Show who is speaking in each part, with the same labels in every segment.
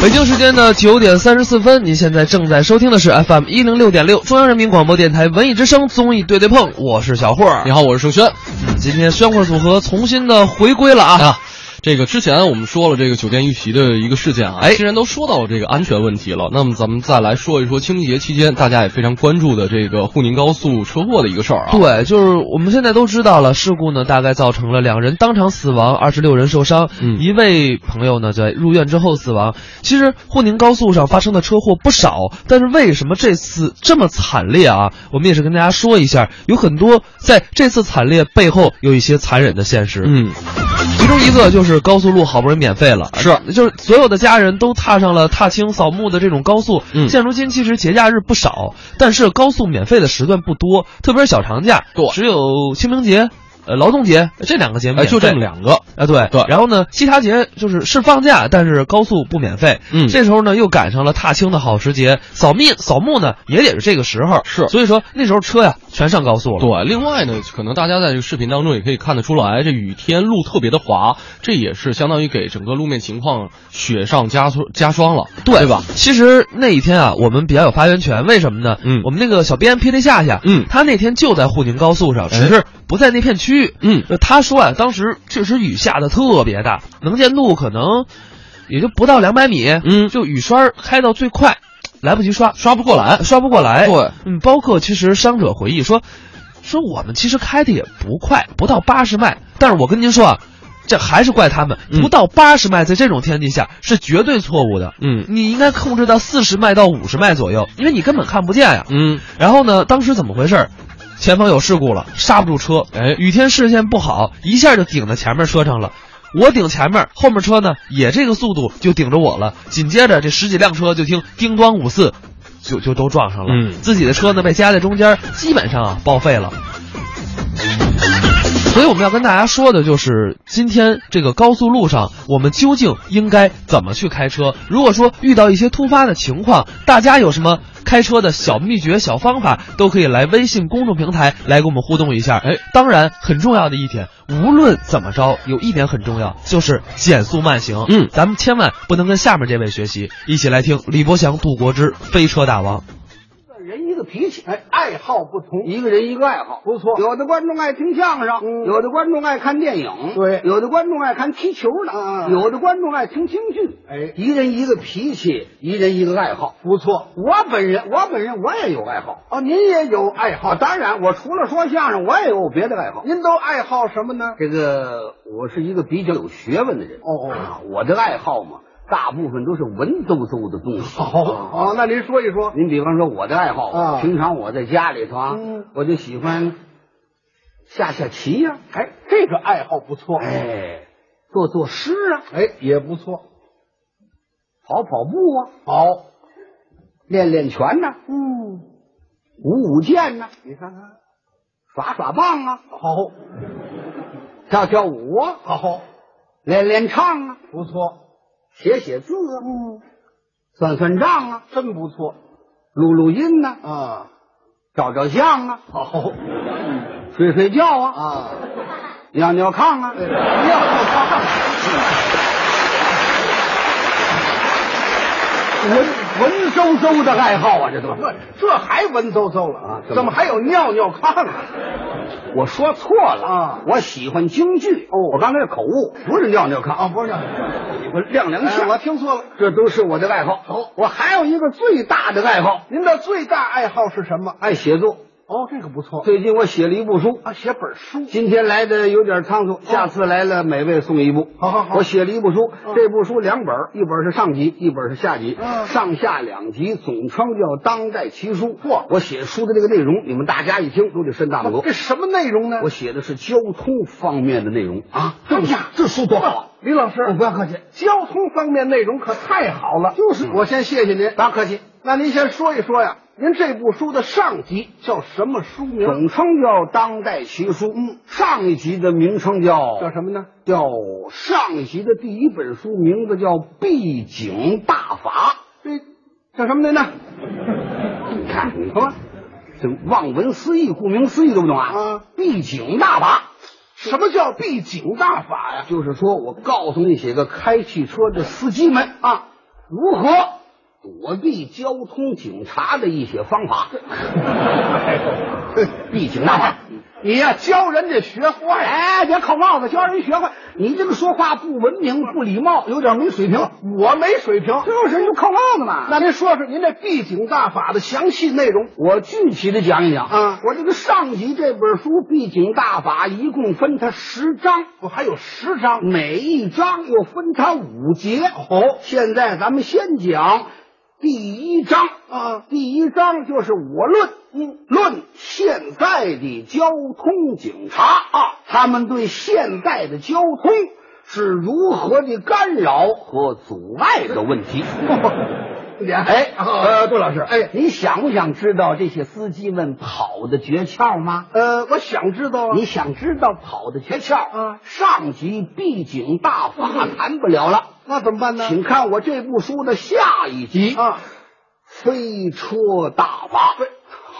Speaker 1: 北京时间的九点三十四分，您现在正在收听的是 FM 一零六点六，中央人民广播电台文艺之声综艺对对碰，我是小霍儿。
Speaker 2: 你好，我是树轩。
Speaker 1: 嗯今天宣慧组合重新的回归了啊！
Speaker 2: 啊，这个之前我们说了这个酒店遇袭的一个事件啊，
Speaker 1: 哎
Speaker 2: 既然都说到这个安全问题了，那么咱们再来说一说清明节期间大家也非常关注的这个沪宁高速车祸的一个事儿啊。
Speaker 1: 对，就是我们现在都知道了，事故呢大概造成了两人当场死亡，二十六人受伤，
Speaker 2: 嗯
Speaker 1: 一位朋友呢在入院之后死亡。其实沪宁高速上发生的车祸不少，但是为什么这次这么惨烈啊？我们也是跟大家说一下，有很多在这次惨烈背后有一些残忍的现实。
Speaker 2: 嗯，
Speaker 1: 其中一个就是高速路好不容易免费了，呃
Speaker 2: 是
Speaker 1: 就是所有的家人都踏上了踏青扫墓的这种高速。
Speaker 2: 嗯
Speaker 1: 现如今其实节假日不少，但是高速免费的时段不多，特别是小长假，
Speaker 2: 对
Speaker 1: 只有清明节、呃劳动节这两个节
Speaker 2: 哎，
Speaker 1: 免费。
Speaker 2: 就这么两个。
Speaker 1: 啊，对
Speaker 2: 对
Speaker 1: 然后呢，其他节就是是放假，但是高速不免费。
Speaker 2: 嗯
Speaker 1: 这时候呢，又赶上了踏青的好时节，扫密扫墓呢也得是这个时候。
Speaker 2: 是
Speaker 1: 所以说那时候车呀全上高速了。
Speaker 2: 对，另外呢，可能大家在这个视频当中也可以看得出来，这雨天路特别的滑，这也是相当于给整个路面情况雪上加霜加霜了，对吧？？
Speaker 1: 其实那一天啊，我们比较有发言权，为什么呢？
Speaker 2: 嗯
Speaker 1: 我们那个小编霹雳夏夏，
Speaker 2: 嗯
Speaker 1: 他那天就在沪宁高速上，只是不在那片区域。
Speaker 2: 嗯
Speaker 1: 呃，他说啊，当时确实雨下的特别大，能见度可能也就不到两百米，
Speaker 2: 嗯
Speaker 1: 就雨刷儿开到最快，来不及刷，刷不过来，刷不过来。
Speaker 2: 对，
Speaker 1: 嗯，包括其实伤者回忆说，说我们其实开的也不快，不到八十迈，但是我跟您说啊。这还是怪他们，
Speaker 2: 嗯
Speaker 1: 不到八十迈，在这种天气下是绝对错误的。
Speaker 2: 嗯
Speaker 1: 你应该控制到四十迈到五十迈左右，因为你根本看不见呀。
Speaker 2: 嗯，
Speaker 1: 然后呢，当时怎么回事儿？前方有事故了，刹不住车，
Speaker 2: 哎
Speaker 1: 雨天视线不好，一下就顶到前面车上了。我顶前面，后面车呢也这个速度就顶着我了。紧接着这十几辆车就听叮咣五四，就就都撞上了。
Speaker 2: 嗯
Speaker 1: 自己的车呢被夹在中间，基本上啊报废了。所以我们要跟大家说的就是，今天这个高速路上，我们究竟应该怎么去开车？如果说遇到一些突发的情况，大家有什么开车的小秘诀、小方法，都可以来微信公众平台来跟我们互动一下。
Speaker 2: 哎，
Speaker 1: 当然，很重要的一点，无论怎么着，有一点很重要，就是减速慢行。
Speaker 2: 嗯
Speaker 1: 咱们千万不能跟下面这位学习，一起来听李伯祥、杜国之《飞车大王》。
Speaker 3: 人一个脾气，哎，爱好不同，一个人一个爱好，不错。有的观众爱听相声，有的观众爱看电影，对；有的观众爱看踢球的，有的观众爱听京剧。哎，一人一个脾气，一人一个爱好，不错。我本人，我本人我也有爱好哦，您也有爱好？当然，我除了说相声，我也有别的爱好。您都爱好什么呢？这个我是一个比较有学问的人，哦哦，我的爱好嘛。大部分都是文绉绉的东西。好哦，那您说一说。您比方说我的爱好
Speaker 4: 啊嗯
Speaker 3: 平常我在家里头啊，我就喜欢下下棋呀、
Speaker 4: 哎，这个爱好不错，
Speaker 3: 哎，做做诗啊，
Speaker 4: 哎，也不错。
Speaker 3: 跑跑步啊，
Speaker 4: 好，
Speaker 3: 练练拳呐、
Speaker 4: 嗯，
Speaker 3: 舞舞剑呐、
Speaker 4: 你看看，
Speaker 3: 耍耍棒啊，
Speaker 4: 好，
Speaker 3: 跳跳舞啊，
Speaker 4: 好，
Speaker 3: 练练唱啊，
Speaker 4: 不错，
Speaker 3: 写写字啊，嗯，算算账啊，
Speaker 4: 真不错
Speaker 3: 录录音呐、
Speaker 4: 啊。
Speaker 3: 照照相啊，
Speaker 4: 好
Speaker 3: 睡睡觉啊，
Speaker 4: 啊，
Speaker 3: 尿尿炕啊，
Speaker 4: 要不他
Speaker 3: 文文绉绉的爱好啊，这都是。
Speaker 4: 这这还文绉绉了
Speaker 3: 啊怎么
Speaker 4: 怎么还有尿尿炕啊？
Speaker 3: 我说错了
Speaker 4: 啊
Speaker 3: 我喜欢京剧。哦，我刚才是口误，不是尿尿炕啊，不是尿尿炕，喜欢亮
Speaker 4: 哎
Speaker 3: 亮相。
Speaker 4: 我听错了。哦
Speaker 3: 这都是我的爱好。好，我还有一个最大的爱好，
Speaker 4: 您的最大爱好是什么？
Speaker 3: 爱写作。
Speaker 4: 哦，这个不错
Speaker 3: 最近我写了一部书，
Speaker 4: 啊，写本书。
Speaker 3: 今天来的有点仓促，下次来了每位送一部。
Speaker 4: 好好好
Speaker 3: 我写了一部书，
Speaker 4: 嗯
Speaker 3: 这部书两本儿，一本儿是上集，一本儿是下集，
Speaker 4: 嗯
Speaker 3: 上下两集，总称叫《当代奇书》。嚯，我写书的这个内容，你们大家一听都得伸大拇哥
Speaker 4: 哦这。什么内容呢？
Speaker 3: 我写的是交通方面的内容啊！
Speaker 4: 哎呀
Speaker 3: 这书多好啊！
Speaker 4: 李老师，不要客气，交通方面内容可太好了。就是，我先谢谢您，不客气。那您先说一说呀，您这部书的上集叫什么书名？
Speaker 3: 总称叫《当代奇书》。嗯，上一集的名称叫
Speaker 4: 叫什么呢？
Speaker 3: 叫上一集的第一本书名字叫《闭景大法
Speaker 4: 这叫什么来呢？》。
Speaker 3: 你看，你看，这望文思义，顾名思义，懂不懂啊？
Speaker 4: 啊，
Speaker 3: 闭景大法
Speaker 4: 什么叫闭景大法呀？
Speaker 3: 就是说我告诉那些个开汽车的司机们啊，如何躲避交通警察的一些 方法。
Speaker 4: 哎
Speaker 3: 闭警大
Speaker 4: 啊
Speaker 3: 法，
Speaker 4: 你呀、教人家学坏呀、
Speaker 3: 哎，别扣帽子，教人学会。你这个说话不文明、不礼貌，有点没水平。
Speaker 4: 我没水平，
Speaker 3: 就是就扣帽子嘛
Speaker 4: 那您说说您这闭警大法的详细内容？
Speaker 3: 我具体的讲一讲
Speaker 4: 啊
Speaker 3: 我这个上集这本书《闭警大法》一共分它十章，
Speaker 4: 我哦还有十章，
Speaker 3: 每一章又分它五节。哦，现在咱们先讲第一章
Speaker 4: 啊
Speaker 3: 第一章就是我论，嗯，论现在的交通警察啊，他们对现在的交通是如何的干扰和阻碍的问题。哎，呃，杜老师，
Speaker 4: 啊哎
Speaker 3: 你想不想知道这些司机们跑的诀窍吗？
Speaker 4: 呃，我想知道啊
Speaker 3: 你想知道跑的诀窍？
Speaker 4: 啊嗯
Speaker 3: 上集闭警大法谈不了了，
Speaker 4: 那怎么办呢？
Speaker 3: 请看我这部书的下一集
Speaker 4: 啊，
Speaker 3: 飞车大法。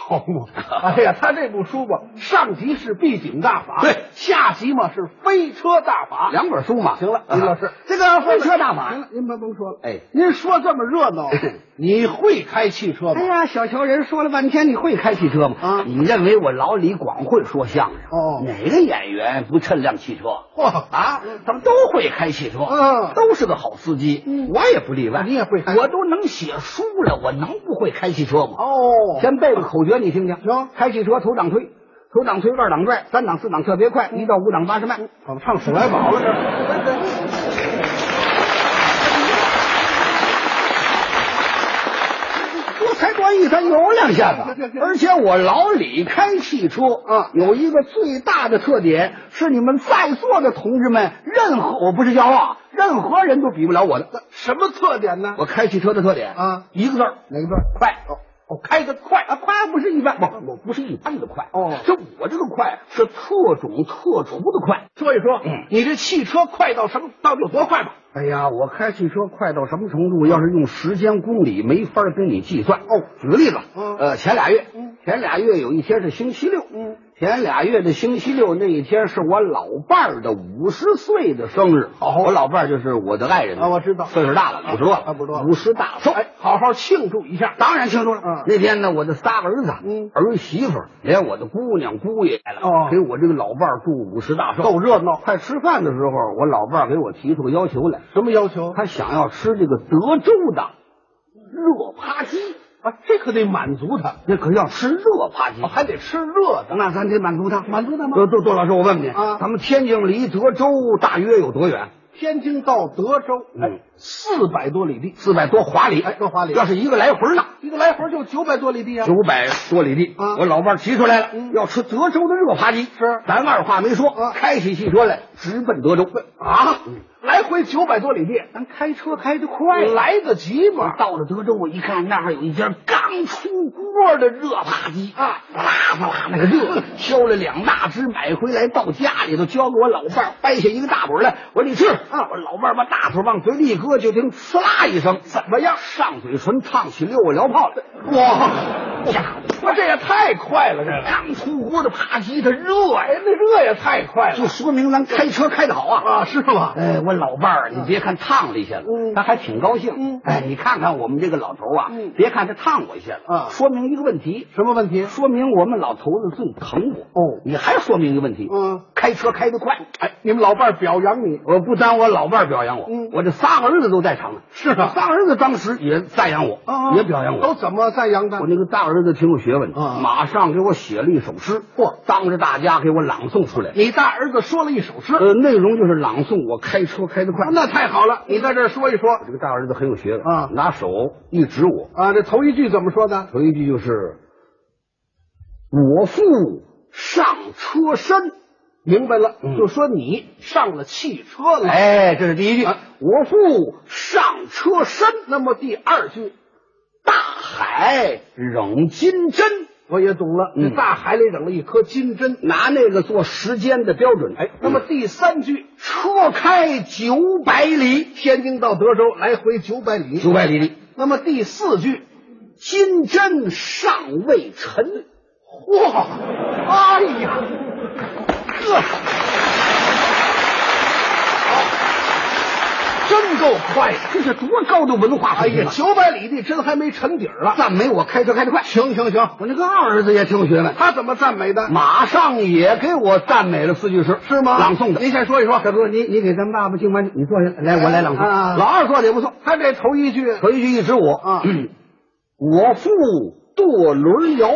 Speaker 4: 好嘛！ 哎呀，他这部书吧，上集是闭警大法，
Speaker 3: 对
Speaker 4: 下集嘛是飞车大法。
Speaker 3: 两本书嘛。
Speaker 4: 行了，
Speaker 3: 李
Speaker 4: 李
Speaker 3: 老
Speaker 4: 老
Speaker 3: 师
Speaker 4: 师，，
Speaker 3: 啊这个飞车大
Speaker 4: 行
Speaker 3: 法，
Speaker 4: 了，您甭甭说了。
Speaker 3: 哎
Speaker 4: 您说这么热 闹，嗯 你会开汽车吗
Speaker 3: 哎？呀，小乔人说了半天，你会开汽车吗？
Speaker 4: 啊
Speaker 3: 你认为我老李广会说相声？
Speaker 4: 哦
Speaker 3: 哪个演员不趁辆汽车？
Speaker 4: 嚯
Speaker 3: 啊，他们都会开汽车，
Speaker 4: 嗯
Speaker 3: 都是个好司机，
Speaker 4: 嗯
Speaker 3: 我也不例外。
Speaker 4: 你也会开
Speaker 3: 我都能写书了，我能不会开汽车吗？
Speaker 4: 哦
Speaker 3: 先背个口诀，你听听。
Speaker 4: 行
Speaker 3: 开汽车头档推，头档推，二档拽，三档四档特别快，一到五档八十迈。
Speaker 4: 怎嗯么唱鼠来宝了？这
Speaker 3: 多才多艺，咱有两下
Speaker 4: 对对
Speaker 3: 子。
Speaker 4: 对
Speaker 3: 而且我老李开汽车
Speaker 4: 啊
Speaker 3: 有一个最大的特点是你们在座的同志们，任何我不是骄傲啊，任何人都比不了我的。
Speaker 4: 什么特点呢？
Speaker 3: 我开汽车的特点
Speaker 4: 啊，
Speaker 3: 一个字儿
Speaker 4: 哪个字儿？
Speaker 3: 快。
Speaker 4: 哦，开的快
Speaker 3: 啊，快不是一般，不，我不是一般的快
Speaker 4: 哦
Speaker 3: 这我这个快是特种特除的快。
Speaker 4: 说一说，
Speaker 3: 嗯
Speaker 4: 你这汽车快到什么？到底有多快吧？
Speaker 3: 哎呀，我开汽车快到什么程度？要是用时间公里，没法跟你计算。嗯哦，举个例子，
Speaker 4: 嗯
Speaker 3: 呃，前俩月，
Speaker 4: 嗯
Speaker 3: 前俩月有一天是星期六，
Speaker 4: 嗯，
Speaker 3: 前俩月的星期六那一天是我老伴儿的五十岁的生日。哦，我老伴儿就是我的爱人
Speaker 4: 啊我知道
Speaker 3: 岁数大了，五十多了，
Speaker 4: 差不多
Speaker 3: 五十大寿。
Speaker 4: 哎，好好庆祝一下。
Speaker 3: 当然清楚了。
Speaker 4: 嗯
Speaker 3: 那天呢，我的仨儿子、
Speaker 4: 嗯
Speaker 3: 儿媳妇儿，连我的姑娘、姑爷来了，
Speaker 4: 哦
Speaker 3: 给我这个老伴儿祝五十大寿，
Speaker 4: 够热闹
Speaker 3: 快吃饭的时候，我老伴儿给我提出个要求来，
Speaker 4: 什么要求？
Speaker 3: 他想要吃这个德州的热扒鸡，
Speaker 4: 啊，这可得满足他，
Speaker 3: 那可要吃热扒鸡，
Speaker 4: 哦还得吃热的。
Speaker 3: 啊那咱得满足他，
Speaker 4: 满足他吗
Speaker 3: 呃杜杜老师，我问问你，
Speaker 4: 啊
Speaker 3: 咱们天津离德州大约有多远？
Speaker 4: 天津到德州，
Speaker 3: 嗯
Speaker 4: 哎，四百多里地，
Speaker 3: 四百多华里，
Speaker 4: 哎多华里
Speaker 3: 要是一个来回呢？
Speaker 4: 一个来回就九百多里地啊。
Speaker 3: 九百多里地，
Speaker 4: 啊
Speaker 3: 我老伴儿提出来了，
Speaker 4: 嗯
Speaker 3: 要吃德州的热扒鸡。
Speaker 4: 是
Speaker 3: 咱二话没说，
Speaker 4: 啊
Speaker 3: 开起汽车来，直奔德州。
Speaker 4: 啊，来回九百多里地，
Speaker 3: 咱开车开得快来，
Speaker 4: 来得及吗？
Speaker 3: 到了德州，我一看那儿有一家刚出锅的热扒鸡
Speaker 4: 啊
Speaker 3: 哗啦哗啦那个热，削了两大只买回来，到家里头交给我老伴儿，掰下一个大腿来，我说你吃。啊，我老伴儿把大腿往嘴里一搁，就听呲啦一声，怎么样？上嘴唇烫起六个燎泡来，哇！呀
Speaker 4: 那这也太快了，这个
Speaker 3: 刚出锅的扒鸡，它热呀、
Speaker 4: 哎，那热也太快
Speaker 3: 就
Speaker 4: 了。
Speaker 3: 说明咱开车开的好啊！
Speaker 4: 啊是吗
Speaker 3: 哎，我老伴儿，你别看烫了一下了，
Speaker 4: 嗯
Speaker 3: 他还挺高兴。
Speaker 4: 嗯
Speaker 3: 哎，你看看我们这个老头啊，
Speaker 4: 嗯
Speaker 3: 别看他烫我一下了，
Speaker 4: 啊
Speaker 3: 说明一个问题，
Speaker 4: 什么问题？
Speaker 3: 说明我们老头子最疼我。
Speaker 4: 哦
Speaker 3: 你还说明一个问题，
Speaker 4: 嗯，
Speaker 3: 开车开得快。
Speaker 4: 哎，你们老伴儿表扬你，
Speaker 3: 我不单我老伴儿表扬我，
Speaker 4: 嗯
Speaker 3: 我这仨儿子都在场呢。
Speaker 4: 是啊
Speaker 3: 仨儿子当时也赞扬我，也表扬我，
Speaker 4: 都怎么赞扬的
Speaker 3: 我？那个大儿子挺有学问的，
Speaker 4: 啊
Speaker 3: 马上给我写了一首诗，
Speaker 4: 嚯
Speaker 3: 当着大家给我朗诵出来。
Speaker 4: 你大儿子说了一首诗，
Speaker 3: 呃，内容就是朗诵我开车开得快。
Speaker 4: 那太好了，你在这儿说一说
Speaker 3: 这个大儿子很有学问
Speaker 4: 啊
Speaker 3: 拿手一指我，
Speaker 4: 啊。这头一句怎么说的？
Speaker 3: 头一句就是“我父上车身
Speaker 4: 明白了，
Speaker 3: 嗯
Speaker 4: 就说你上了汽车”，了。，
Speaker 3: 哎，这是第一句。
Speaker 4: 啊
Speaker 3: 我父上车身，
Speaker 4: 那么第二句
Speaker 3: 大海扔金针，
Speaker 4: 我也懂了，
Speaker 3: 嗯
Speaker 4: 这大海里整了一颗金针。
Speaker 3: 拿那个做时间的标准。哎
Speaker 4: 那么第三句，
Speaker 3: 车开九百里，
Speaker 4: 天津到德州来回九百里。
Speaker 3: 九百里地。
Speaker 4: 那么第四句，
Speaker 3: 金针尚未沉，
Speaker 4: 嚯，哎呀，这真够快的。
Speaker 3: 这是多高的文化
Speaker 4: 哎
Speaker 3: 水平
Speaker 4: 呀，
Speaker 3: 啊！
Speaker 4: 九百里地真还没沉底儿哎了。
Speaker 3: 赞美我开车开得快，
Speaker 4: 行行行，
Speaker 3: 我那个二儿子也挺有学问，
Speaker 4: 他怎么赞美的？
Speaker 3: 马上也给我赞美了四句诗，
Speaker 4: 是吗
Speaker 3: 朗诵的。
Speaker 4: 您先说一说。
Speaker 3: 大哥，你你给咱爸爸敬完，你坐下来，我来朗诵。
Speaker 4: 啊
Speaker 3: 老二做的也不错，
Speaker 4: 他这头一句，
Speaker 3: 头一句一指 我
Speaker 4: 啊
Speaker 3: 我父舵轮摇，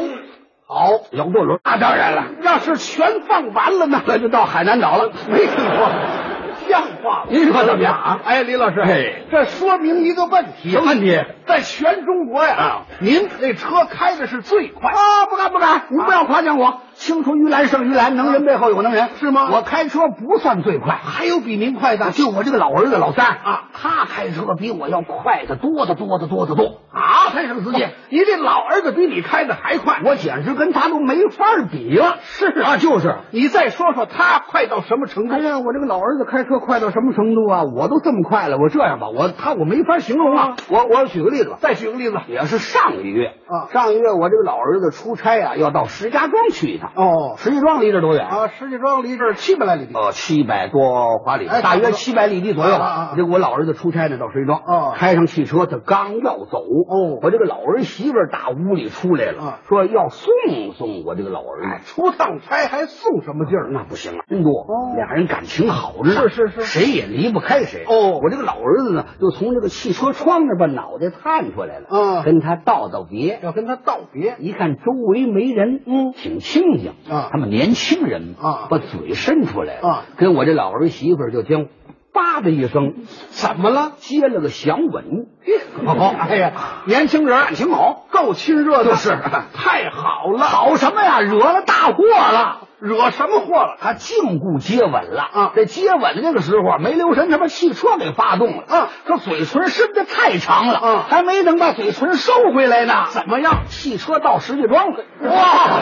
Speaker 3: 好摇舵轮。
Speaker 4: 那当然了，要是全放完了呢，
Speaker 3: 那就到海南岛了，
Speaker 4: 没听说，哎像话吗？
Speaker 3: 您说怎么样
Speaker 4: 啊？哎，李老师，
Speaker 3: 哎
Speaker 4: 这说明一个问题，啊
Speaker 3: 什么问题？
Speaker 4: 在全中国呀，
Speaker 3: 啊
Speaker 4: 您那车开的是最快。啊
Speaker 3: 啊，不敢不敢，您不要夸奖我。青出于蓝胜于蓝，能人背后有能人，
Speaker 4: 是吗
Speaker 3: 我开车不算最快，
Speaker 4: 还有比您快的？
Speaker 3: 就我这个老儿子老三
Speaker 4: 啊，
Speaker 3: 他开车比我要快的多的多的多的多啊！开什么司机？
Speaker 4: 你这老儿子比你开的还快。
Speaker 3: 我简直跟他都没法儿比了。是啊，就是。
Speaker 4: 你再说说他快到什么程度
Speaker 3: 哎？呀，我这个老儿子开车快到什么程度啊？我都这么快了，我这样吧，我他我没法形容啊。我我举个例子，
Speaker 4: 再举个例子，
Speaker 3: 也是上个月
Speaker 4: 啊
Speaker 3: 上个月我这个老儿子出差啊，要到石家庄去一趟。
Speaker 4: 哦
Speaker 3: 石家庄离这多远？
Speaker 4: 啊，石家庄离这儿七百来里地。
Speaker 3: 呃，七百多华里，
Speaker 4: 哎
Speaker 3: 大
Speaker 4: 差
Speaker 3: 约
Speaker 4: 不多
Speaker 3: 七百里地左右。
Speaker 4: 啊啊啊
Speaker 3: 这个我老儿子出差呢，到石家庄，
Speaker 4: 哦
Speaker 3: 开上汽车，他刚要走，
Speaker 4: 哦
Speaker 3: 我这个老儿媳妇儿打屋里出来了，
Speaker 4: 啊
Speaker 3: 说要送送我这个老儿子。
Speaker 4: 哎，出趟差还送什么劲儿？
Speaker 3: 那不行啊，真多。
Speaker 4: 哦
Speaker 3: 俩人感情好着
Speaker 4: 是
Speaker 3: 呢，
Speaker 4: 是是
Speaker 3: 谁也离不开谁。
Speaker 4: 哦
Speaker 3: 我这个老儿子呢，就从这个汽车窗那把脑袋探出来了，
Speaker 4: 嗯
Speaker 3: 跟他道道别。
Speaker 4: 要跟他道别。
Speaker 3: 一看周围没人，
Speaker 4: 嗯
Speaker 3: 挺清静
Speaker 4: 啊
Speaker 3: 他们年轻人
Speaker 4: 啊
Speaker 3: 把嘴伸出来了
Speaker 4: 啊
Speaker 3: 跟我这老儿媳妇儿就听“吧”的一声，
Speaker 4: 怎么了？
Speaker 3: 接了个响吻。
Speaker 4: 哦，哎呀，年轻人感情好，够亲热的，
Speaker 3: 就是
Speaker 4: 太好了。
Speaker 3: 好什么呀？惹了大祸了。
Speaker 4: 惹什么祸了？
Speaker 3: 他禁锢接吻了
Speaker 4: 啊
Speaker 3: 这接吻这个时候啊没留神，他把汽车给发动了
Speaker 4: 啊！
Speaker 3: 这嘴唇伸的太长了
Speaker 4: 啊
Speaker 3: 还没能把嘴唇收回来呢。
Speaker 4: 怎么样？
Speaker 3: 汽车到石家庄了，
Speaker 4: 哇
Speaker 3: 哇！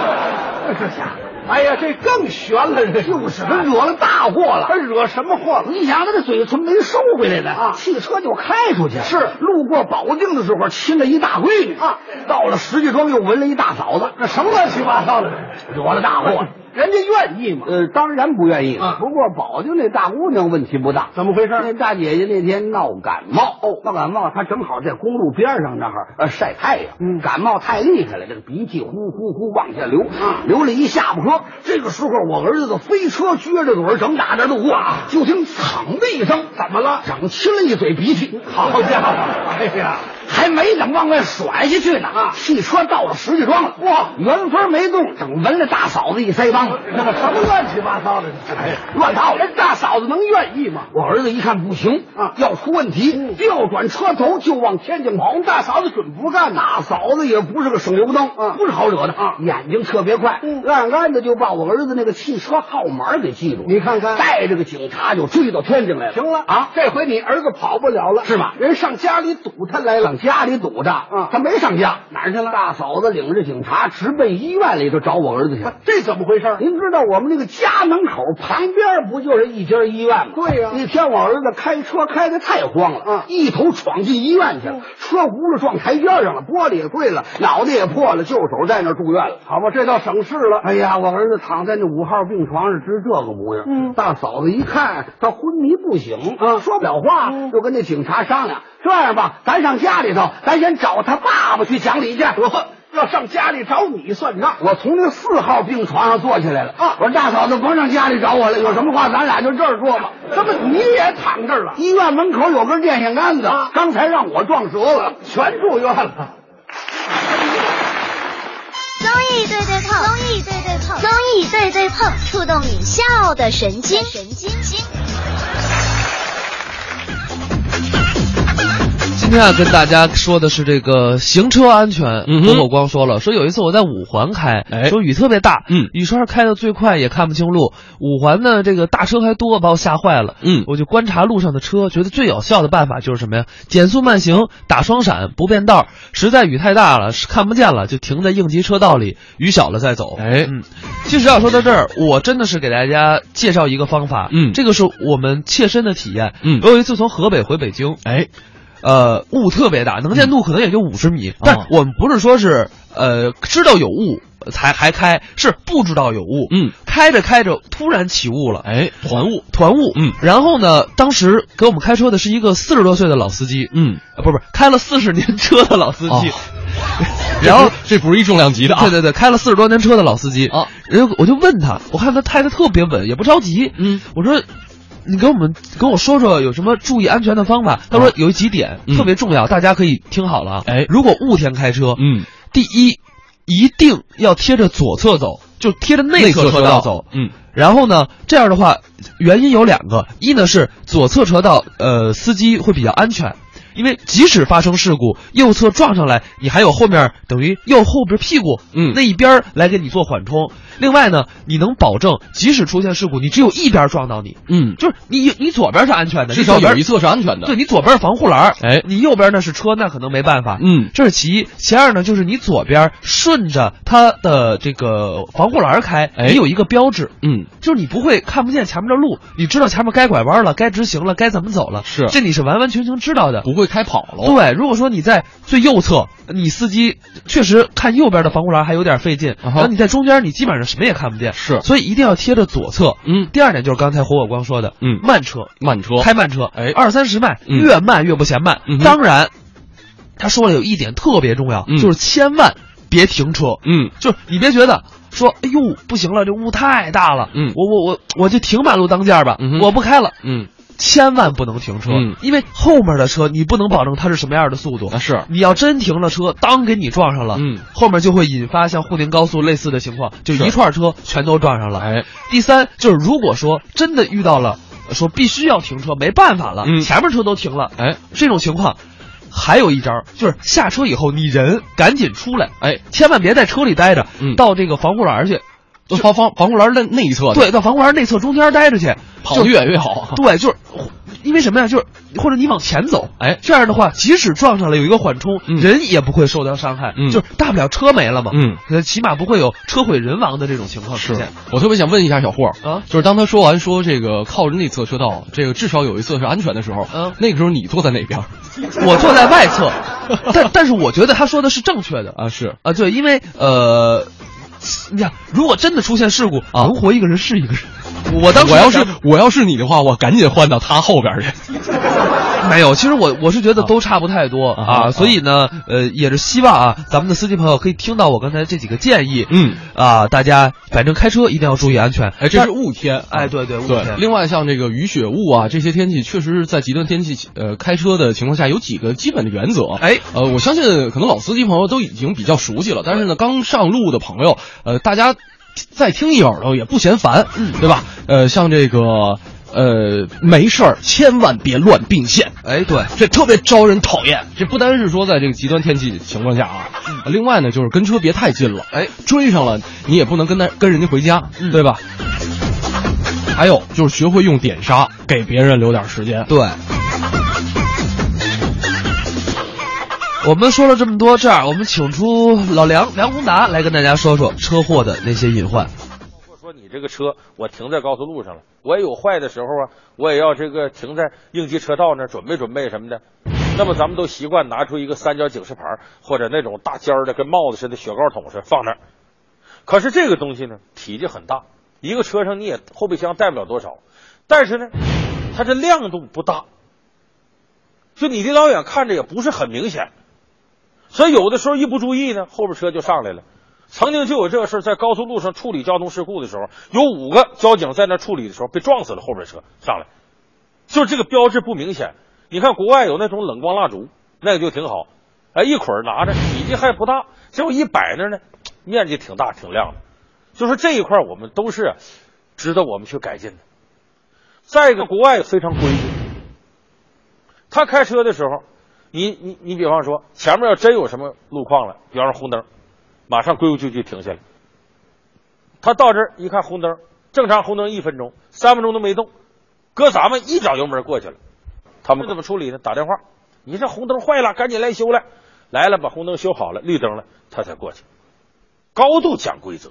Speaker 3: 这家伙
Speaker 4: 哎呀，这更悬了，这
Speaker 3: 就是他惹了大祸了
Speaker 4: 他。惹什么祸了？
Speaker 3: 你想，他这嘴唇没收回来呢，
Speaker 4: 啊
Speaker 3: 汽车就开出去了。
Speaker 4: 是
Speaker 3: 路过保定的时候亲了一大闺女
Speaker 4: 啊，
Speaker 3: 到了石家庄又闻了一大嫂子，这什么乱七八糟的，惹了大祸了。
Speaker 4: 人家愿意吗？
Speaker 3: 呃，当然不愿意
Speaker 4: 哎啊
Speaker 3: 不过保定那大姑娘问题不大，
Speaker 4: 怎么回事
Speaker 3: 那大姐姐那天闹感冒，哦，闹感冒，她正好在公路边上那儿呃晒太阳，
Speaker 4: 嗯
Speaker 3: 感冒太厉害了，这个鼻涕呼呼呼往下流，流了一下巴颏。这个时候，我儿子的飞车撅着嘴正打着路啊，就听“噌”的一声，怎么了？长亲了一嘴鼻涕， 好家伙！
Speaker 4: 哎呀，
Speaker 3: 还没等往外甩下去呢，
Speaker 4: 啊
Speaker 3: 汽车到了石家庄了，哇，原封没动，整闻了大嫂子一腮帮子，
Speaker 4: 那个什么乱七八糟的？哎，
Speaker 3: 乱套了
Speaker 4: 人。大嫂子能愿意吗？
Speaker 3: 我儿子一看不行
Speaker 4: 啊
Speaker 3: 要出问题，调转车头就往天津跑。大嫂子准不干，大嫂子也不是个省油灯，
Speaker 4: 啊
Speaker 3: 不是好惹的
Speaker 4: 啊
Speaker 3: 眼睛特别快，
Speaker 4: 嗯
Speaker 3: 暗暗的就把我儿子那个汽车号码给记住了。
Speaker 4: 你看看
Speaker 3: 带着个警察就追到天津来了。
Speaker 4: 行了
Speaker 3: 啊，
Speaker 4: 这回你儿子跑不了了，
Speaker 3: 是吗
Speaker 4: 人上家里堵他来了。
Speaker 3: 上
Speaker 4: 嗯
Speaker 3: 家里堵着，啊他没上家，哪儿去了？大嫂子领着警察直奔医院里头找我儿子去了。
Speaker 4: 啊这怎么回事？
Speaker 3: 您知道我们那个家门口旁边不就是一家医院吗？
Speaker 4: 对呀
Speaker 3: 那天我儿子开车开的太慌了，
Speaker 4: 嗯
Speaker 3: 一头闯进医院去了，车轱辘撞台阶上了，玻璃也碎了，脑袋也破了，就手在那儿住院了。
Speaker 4: 好吧，这倒省事了。
Speaker 3: 哎呀，我儿子躺在那五号病床上，直这个模样。
Speaker 4: 嗯
Speaker 3: 大嫂子一看他昏迷不醒，
Speaker 4: 啊
Speaker 3: 说不了话，
Speaker 4: 嗯
Speaker 3: 就跟那警察商量，这样吧，咱上家里头，咱先找他爸爸去讲理去。
Speaker 4: 我要上家里找你算账。
Speaker 3: 我从那四号病床上坐起来了
Speaker 4: 啊
Speaker 3: 我说大嫂子甭上家里找我了，有什么话咱俩就这儿说吧。
Speaker 4: 怎么你也躺这儿了？
Speaker 3: 医院门口有根电线杆子，
Speaker 4: 啊
Speaker 3: 刚才让我撞折了，
Speaker 4: 全住院了。
Speaker 5: 综艺对对碰，综艺对对碰，综艺对对碰，触动你笑的神经，神经经。
Speaker 1: 今天啊，跟大家说的是这个行车安全。
Speaker 2: 嗯哼
Speaker 1: 郭某光说了，说有一次我在五环开，
Speaker 2: 哎
Speaker 1: 说雨特别大，
Speaker 2: 嗯
Speaker 1: 雨刷开的最快也看不清路，五环呢这个大车还多，把我吓坏了。
Speaker 2: 嗯
Speaker 1: 我就观察路上的车，觉得最有效的办法就是什么呀？减速慢行，打双闪，不变道。实在雨太大了，是看不见了，就停在应急车道里，雨小了再走。
Speaker 2: 哎
Speaker 1: 嗯，其实要说到这儿，我真的是给大家介绍一个方法，
Speaker 2: 嗯
Speaker 1: 这个是我们切身的体验。
Speaker 2: 嗯
Speaker 1: 我有一次从河北回北京，
Speaker 2: 哎，
Speaker 1: 呃，
Speaker 2: 哦
Speaker 1: 雾特别大，能见度可能也就五十米。但我们不是说是呃知道有雾，才还开，是不知道有雾，
Speaker 2: 嗯，
Speaker 1: 开着开着突然起雾了，
Speaker 2: 哎，团雾，
Speaker 1: 团雾，
Speaker 2: 嗯
Speaker 1: 然后呢，当时给我们开车的是一个四十多岁的老司机，
Speaker 2: 嗯，
Speaker 1: 啊，不是不是，开了四十年车的老司机，
Speaker 2: 哦
Speaker 1: 然后
Speaker 2: 这不是一重量级的啊，
Speaker 1: 对对对，开了四十多年车的老司机
Speaker 2: 啊，
Speaker 1: 然后我就问他，我看他开的特别稳，也不着急，
Speaker 2: 嗯，
Speaker 1: 我说。你给我们跟我说说有什么注意安全的方法？他说有几点、
Speaker 2: 哦嗯
Speaker 1: 特别重要，大家可以听好了啊。
Speaker 2: 哎
Speaker 1: 如果雾天开车，
Speaker 2: 嗯，
Speaker 1: 第一一定要贴着左侧走，就贴着内侧车道走。
Speaker 2: 嗯，
Speaker 1: 然后呢，这样的话，原因有两个，一呢是左侧车道，呃，司机会比较安全，因为即使发生事故，右侧撞上来，你还有后面等于右后边屁股，
Speaker 2: 嗯
Speaker 1: 那一边儿来给你做缓冲。另外呢，你能保证即使出现事故，你只有一边儿撞到你，
Speaker 2: 嗯，
Speaker 1: 就是你你左边是安全的，
Speaker 2: 至
Speaker 1: 你
Speaker 2: 少
Speaker 1: 左边
Speaker 2: 有一侧是安全的
Speaker 1: 对，你左边是防护栏儿，
Speaker 2: 哎
Speaker 1: 你右边那是车，那可能没办法，
Speaker 2: 嗯
Speaker 1: 这是其一。其二呢，就是你左边顺着它的这个防护栏儿开，
Speaker 2: 哎
Speaker 1: 你有一个标志，
Speaker 2: 嗯，
Speaker 1: 就是你不会看不见前面的路，你知道前面该拐弯了，该直行了，该怎么走了，
Speaker 2: 是
Speaker 1: 这你是完完全全知道的。
Speaker 2: 不会开跑了，
Speaker 1: 对，如果说你在最右侧，你司机确实看右边的防护栏还有点费劲，
Speaker 2: 啊哈
Speaker 1: 然后你在中间，你基本上什么也看不见，
Speaker 2: 是
Speaker 1: 所以一定要贴着左侧。
Speaker 2: 嗯
Speaker 1: 第二点就是刚才火火光说的，
Speaker 2: 嗯
Speaker 1: 慢车，
Speaker 2: 慢车，
Speaker 1: 开慢车，
Speaker 2: 哎
Speaker 1: 二三十迈，
Speaker 2: 嗯
Speaker 1: 越慢越不嫌慢。
Speaker 2: 嗯哼
Speaker 1: 当然，他说了有一点特别重要，
Speaker 2: 嗯
Speaker 1: 就是千万别停车。
Speaker 2: 嗯
Speaker 1: 就是你别觉得说，哎呦不行了，这雾太大了，
Speaker 2: 嗯
Speaker 1: 我我我我就停马路当间儿吧，
Speaker 2: 嗯哼
Speaker 1: 我不开了，
Speaker 2: 嗯，
Speaker 1: 千万不能停车，
Speaker 2: 嗯
Speaker 1: 因为后面的车你不能保证它是什么样的速度
Speaker 2: 那。是，
Speaker 1: 你要真停了车，当给你撞上了，
Speaker 2: 啊嗯
Speaker 1: 后面就会引发像沪宁高速类似的情况，就是一串车全都撞上了。
Speaker 2: 哎，
Speaker 1: 第三就是，如果说真的遇到了说必须要停车，没办法了，
Speaker 2: 嗯
Speaker 1: 前面车都停了，
Speaker 2: 哎
Speaker 1: 这种情况，还有一招就是下车以后你人赶紧出来，
Speaker 2: 哎，
Speaker 1: 千万别在车里待着，
Speaker 2: 嗯
Speaker 1: 到这个防护栏儿去，
Speaker 2: 就防防防护栏的那一侧的，，
Speaker 1: 对，到防护栏内侧中间待着去，
Speaker 2: 跑
Speaker 1: 就
Speaker 2: 得越远越好， 啊
Speaker 1: 对，就是因为什么呀？就是或者你往前走，
Speaker 2: 哎
Speaker 1: 这样的话，即使撞上了有一个缓冲，
Speaker 2: 嗯
Speaker 1: 人也不会受到伤害，
Speaker 2: 嗯
Speaker 1: 就是大不了车没了嘛，
Speaker 2: 嗯
Speaker 1: 呃，起码不会有车毁人亡的这种情况出
Speaker 2: 是
Speaker 1: 现。
Speaker 2: 我特别想问一下小霍
Speaker 1: 啊
Speaker 2: 就是当他说完说这个靠着内侧车道，这个至少有一侧是安全的时候，
Speaker 1: 嗯
Speaker 2: 那个时候你坐在哪边儿？
Speaker 1: 我坐在外 侧，但但是我觉得他说的是正确的啊
Speaker 2: 啊，是
Speaker 1: 啊，对，因为呃，你想，如果真的出现事故，能活一个人是一个人。我当时
Speaker 2: 啊我要是
Speaker 1: 想
Speaker 2: 我要是你的话，我赶紧换到他后边儿去。
Speaker 1: 没有，其实我我是觉得都差不太多
Speaker 2: 啊
Speaker 1: 啊，
Speaker 2: 啊
Speaker 1: 所以呢，呃，也是希望啊，咱们的司机朋友可以听到我刚才这几个建议，
Speaker 2: 嗯，
Speaker 1: 啊，大家反正开车一定要注意安全。
Speaker 2: 哎，这
Speaker 1: 但
Speaker 2: 是雾天，
Speaker 1: 哎对对雾天
Speaker 2: 对。另外，像这个雨雪雾啊，这些天气确实是在极端天气呃开车的情况下有几个基本的原则。
Speaker 1: 哎
Speaker 2: 呃，我相信可能老司机朋友都已经比较熟悉了，但是呢，刚上路的朋友，呃，大家再听一耳朵也不嫌烦，嗯，对吧？呃，像这个呃，没事儿千万别乱并线。
Speaker 1: 哎，对，
Speaker 2: 这特别招人讨厌。这不单是说在这个极端天气情况下啊，
Speaker 1: 嗯
Speaker 2: 另外呢就是跟车别太近了，哎，追上了你也不能跟他跟人家回家，
Speaker 1: 嗯
Speaker 2: 对吧？还有就是学会用点刹，给别人留点时间。
Speaker 1: 对。我们说了这么多，这样我们请出老梁梁宏达来跟大家说说车祸的那些隐患。
Speaker 6: 或者说你这个车我停在高速路上了，我也有坏的时候啊，我也要这个停在应急车道那儿准备准备什么的。那么咱们都习惯拿出一个三角警示牌儿或者那种大尖儿的跟帽子似的雪糕筒似的放那儿。可是这个东西呢，体积很大，一个车上你也后备箱带不了多少，但是呢，它这亮度不大，就你离老远看着也不是很明显，所以有的时候一不注意呢，后边车就上来了。曾经就有这个事儿，在高速路上处理交通事故的时候，有五个交警在那处理的时候被撞死了，后边车上来，就是这个标志不明显。你看国外有那种冷光蜡烛，那个就挺好，哎，一捆儿拿着，体积还不大，结果一摆那儿呢，面积挺大，挺亮的。就说这一块儿我们都是值得我们去改进的。再一个，国外非常规矩，他开车的时候，你你你比方说前面要真有什么路况了，比方说红灯，马上规规矩矩停下来。他到这儿一看红灯，正常红灯一分钟，三分钟都没动，搁咱们一脚油门过去了。他们怎么处理呢？打电话，你这红灯坏了，赶紧来修来。来了，把红灯修好了，绿灯了，他才过去。高度讲规则，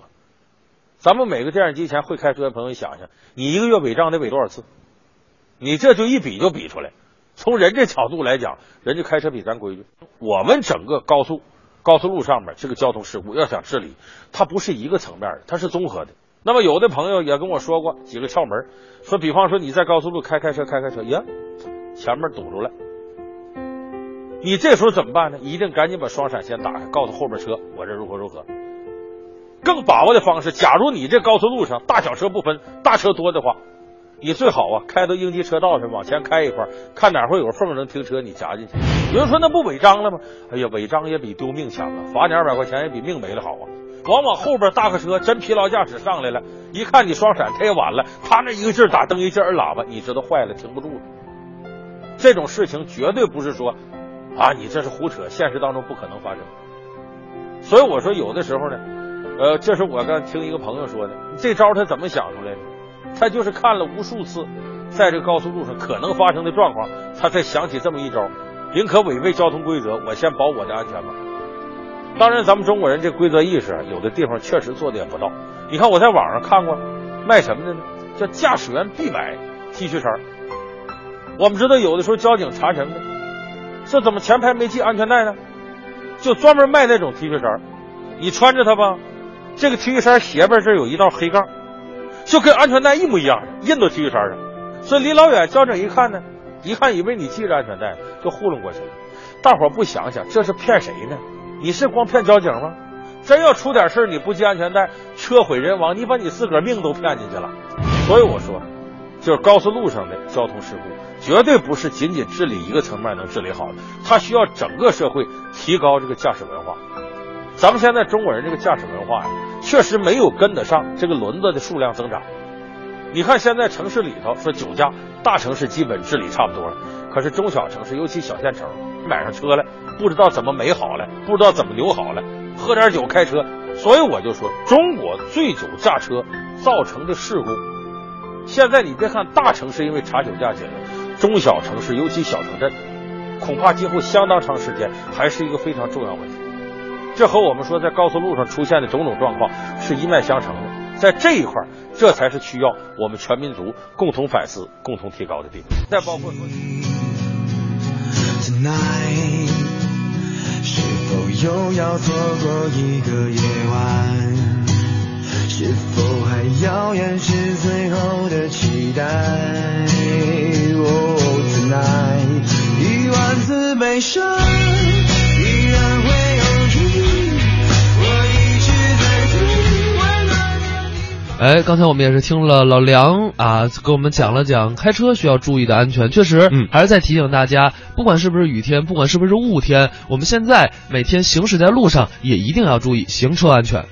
Speaker 6: 咱们每个电视机前会开车的朋友想想，你一个月违章得违多少次？你这就一比就比出来。从人这角度来讲，人家开车比咱规矩。我们整个高速高速路上面这个交通事故要想治理，它不是一个层面的，它是综合的。那么有的朋友也跟我说过几个窍门儿，说比方说你在高速路开开车开开车，呀，前面堵住了，你这时候怎么办呢？一定赶紧把双闪先打开，告诉后边车我这如何如何。更把握的方式，假如你这高速路上大小车不分，大车多的话，你最好啊开到应急车道上往前开一块儿，看哪会有个缝儿能停车，你夹进去。有人说那不违章了吗？哎呀，违章也比丢命强啊，罚你二百块钱也比命没了好啊。往往后边大客车真疲劳驾驶上来了，一看你双闪，他也晚了，他那一个劲儿打灯，一劲儿摁喇叭，你知道坏了，停不住了。这种事情绝对不是说啊，你这是胡扯，现实当中不可能发生。所以我说，有的时候呢，呃，这是我刚听一个朋友说的，这招他怎么想出来的？他就是看了无数次，在这个高速路上可能发生的状况，他才想起这么一招：宁可违背交通规则，我先保我的安全吧。当然，咱们中国人这规则意识啊，有的地方确实做的也不到。你看我在网上看过，卖什么的呢？叫驾驶员必买 T 恤衫儿。我们知道有的时候交警查什么呢？这怎么前排没系安全带呢？就专门卖那种 T 恤衫儿，你穿着它吧，这个 T 恤衫斜边这儿有一道黑杠，就跟安全带一模一样，印到 T 恤衫上。所以离老远交警一看呢，一看以为你系着安全带，就糊弄过去了。大伙儿不想想，这是骗谁呢？你是光骗交警吗？真要出点事儿你不系安全带，车毁人亡，你把你自个儿命都骗进去了。所以我说，就是高速路上的交通事故，绝对不是仅仅治理一个层面能治理好的，它需要整个社会提高这个驾驶文化。咱们现在中国人这个驾驶文化呀、确实没有跟得上这个轮子的数量增长。你看现在城市里头说酒驾，大城市基本治理差不多了，可是中小城市，尤其小县城，买上车来不知道怎么美好了，不知道怎么留好了，喝点酒开车。所以我就说，中国醉酒驾车造成的事故现在你别看大城市因为查酒驾解决，中小城市尤其小城镇，恐怕今后相当长时间还是一个非常重要问题。这和我们说在高速路上出现的种种状况是一脉相承的。在这一块儿，这才是需要我们全民族共同反思、共同提高的地方。再包括说。
Speaker 7: Tonight，是否又要错过一个夜晚？是否还要掩饰最后的期待？Oh tonight，一万次悲伤，依然会有你。我一直在听温暖的你。
Speaker 1: 哎，刚才我们也是听了老梁啊，给我们讲了讲开车需要注意的安全。确实，
Speaker 2: 嗯
Speaker 1: 还是在提醒大家，不管是不是雨天，不管是不是雾天，我们现在每天行驶在路上也一定要注意行车安全。